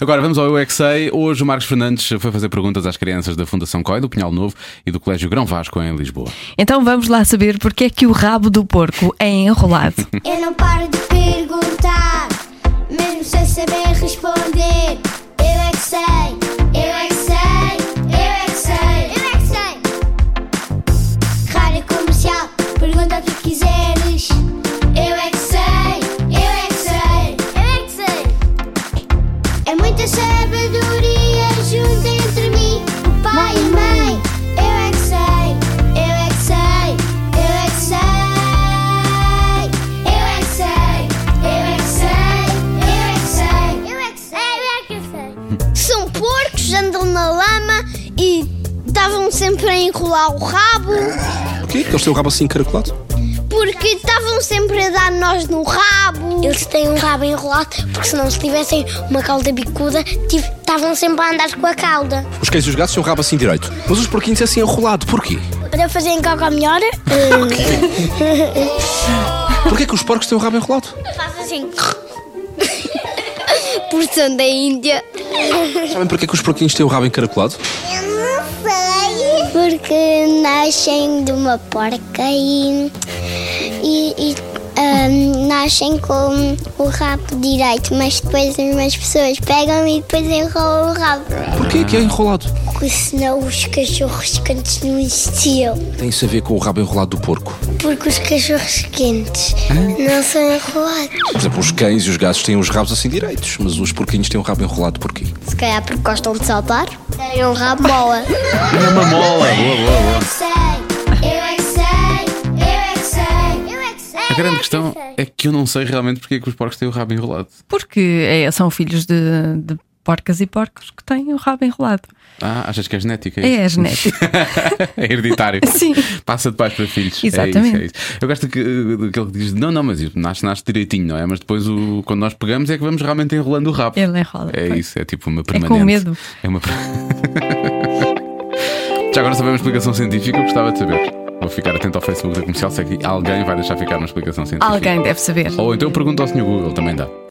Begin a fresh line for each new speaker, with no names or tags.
Agora vamos ao Eu é que Sei. Hoje o Marcos Fernandes foi fazer perguntas às crianças da Fundação COI, do Pinhal Novo e do Colégio Grão Vasco em Lisboa.
Então vamos lá saber porque é que o rabo do porco é enrolado.
Eu não paro de perguntar, mesmo sem saber responder. Eu é que sei, eu é que sei, eu é que sei, eu é que sei. Rádio comercial, pergunta o que quiseres. Eu é que sei, eu é que sei, eu é que sei. É muita sabedoria junta entre mim, o pai e a mãe. Eu é que sei, eu é que sei, eu é que sei. Eu é que sei, eu é que sei, eu é que sei. Eu é que sei, eu é que sei. São porcos, andam na lama e estavam sempre a enrolar o rabo.
Porquê? que Eles têm o rabo assim encaracolado?
Porque estavam sempre a dar nós no rabo.
Eles têm um rabo enrolado, porque se não se tivessem uma cauda bicuda, tive- estavam sempre a andar com a cauda.
Os cães e os gatos têm o rabo assim direito. Mas os porquinhos é assim enrolado. Porquê?
Para fazerem cocó melhor,
Porquê que os porcos têm o rabo enrolado?
faz assim.
Porção da Índia.
Sabem porquê que os porquinhos têm o rabo encaracolado?
Eu não sei. Porque nascem de uma porca e. e, e, ahm, nascem com o rabo direito, mas depois as pessoas pegam e depois enrolam o rabo.
Porquê que é enrolado?
Porque senão os cachorros quentes não existiam.
Tem isso a ver com o rabo enrolado do porco.
Porque os cachorros quentes não são enrolados.
Por exemplo, os cães e os gatos têm os rabos assim direitos, mas os porquinhos têm o rabo enrolado. Porquê?
Se calhar porque gostam de saltar. Tem um rabo boa.
É uma mola! Boa, boa, boa. A grande questão é que eu não sei realmente porque é que os porcos têm o rabo enrolado.
Porque é- são filhos de, de porcas e porcos que têm o rabo enrolado.
Ah, achas que é genética?
É, é
isso?
genético.
é hereditário.
Sim.
Passa de pais para filhos. É isso,
Exatamente.
é isso. Eu gosto que- daquele que diz: não, não, mas isso nasce, nasce direitinho, não é? Mas depois, o- quando nós pegamos, é que vamos realmente enrolando o rabo.
Ele enrola.
É
pois.
isso, é tipo uma permanente.
medo.
É uma. per- Já agora sabemos uma explicação científica, eu gostava de saber. Vou ficar atento ao é Facebook da comercial se aqui alguém vai deixar ficar uma explicação científica.
Alguém deve saber.
Ou então eu pergunto ao Sr. Google, também dá.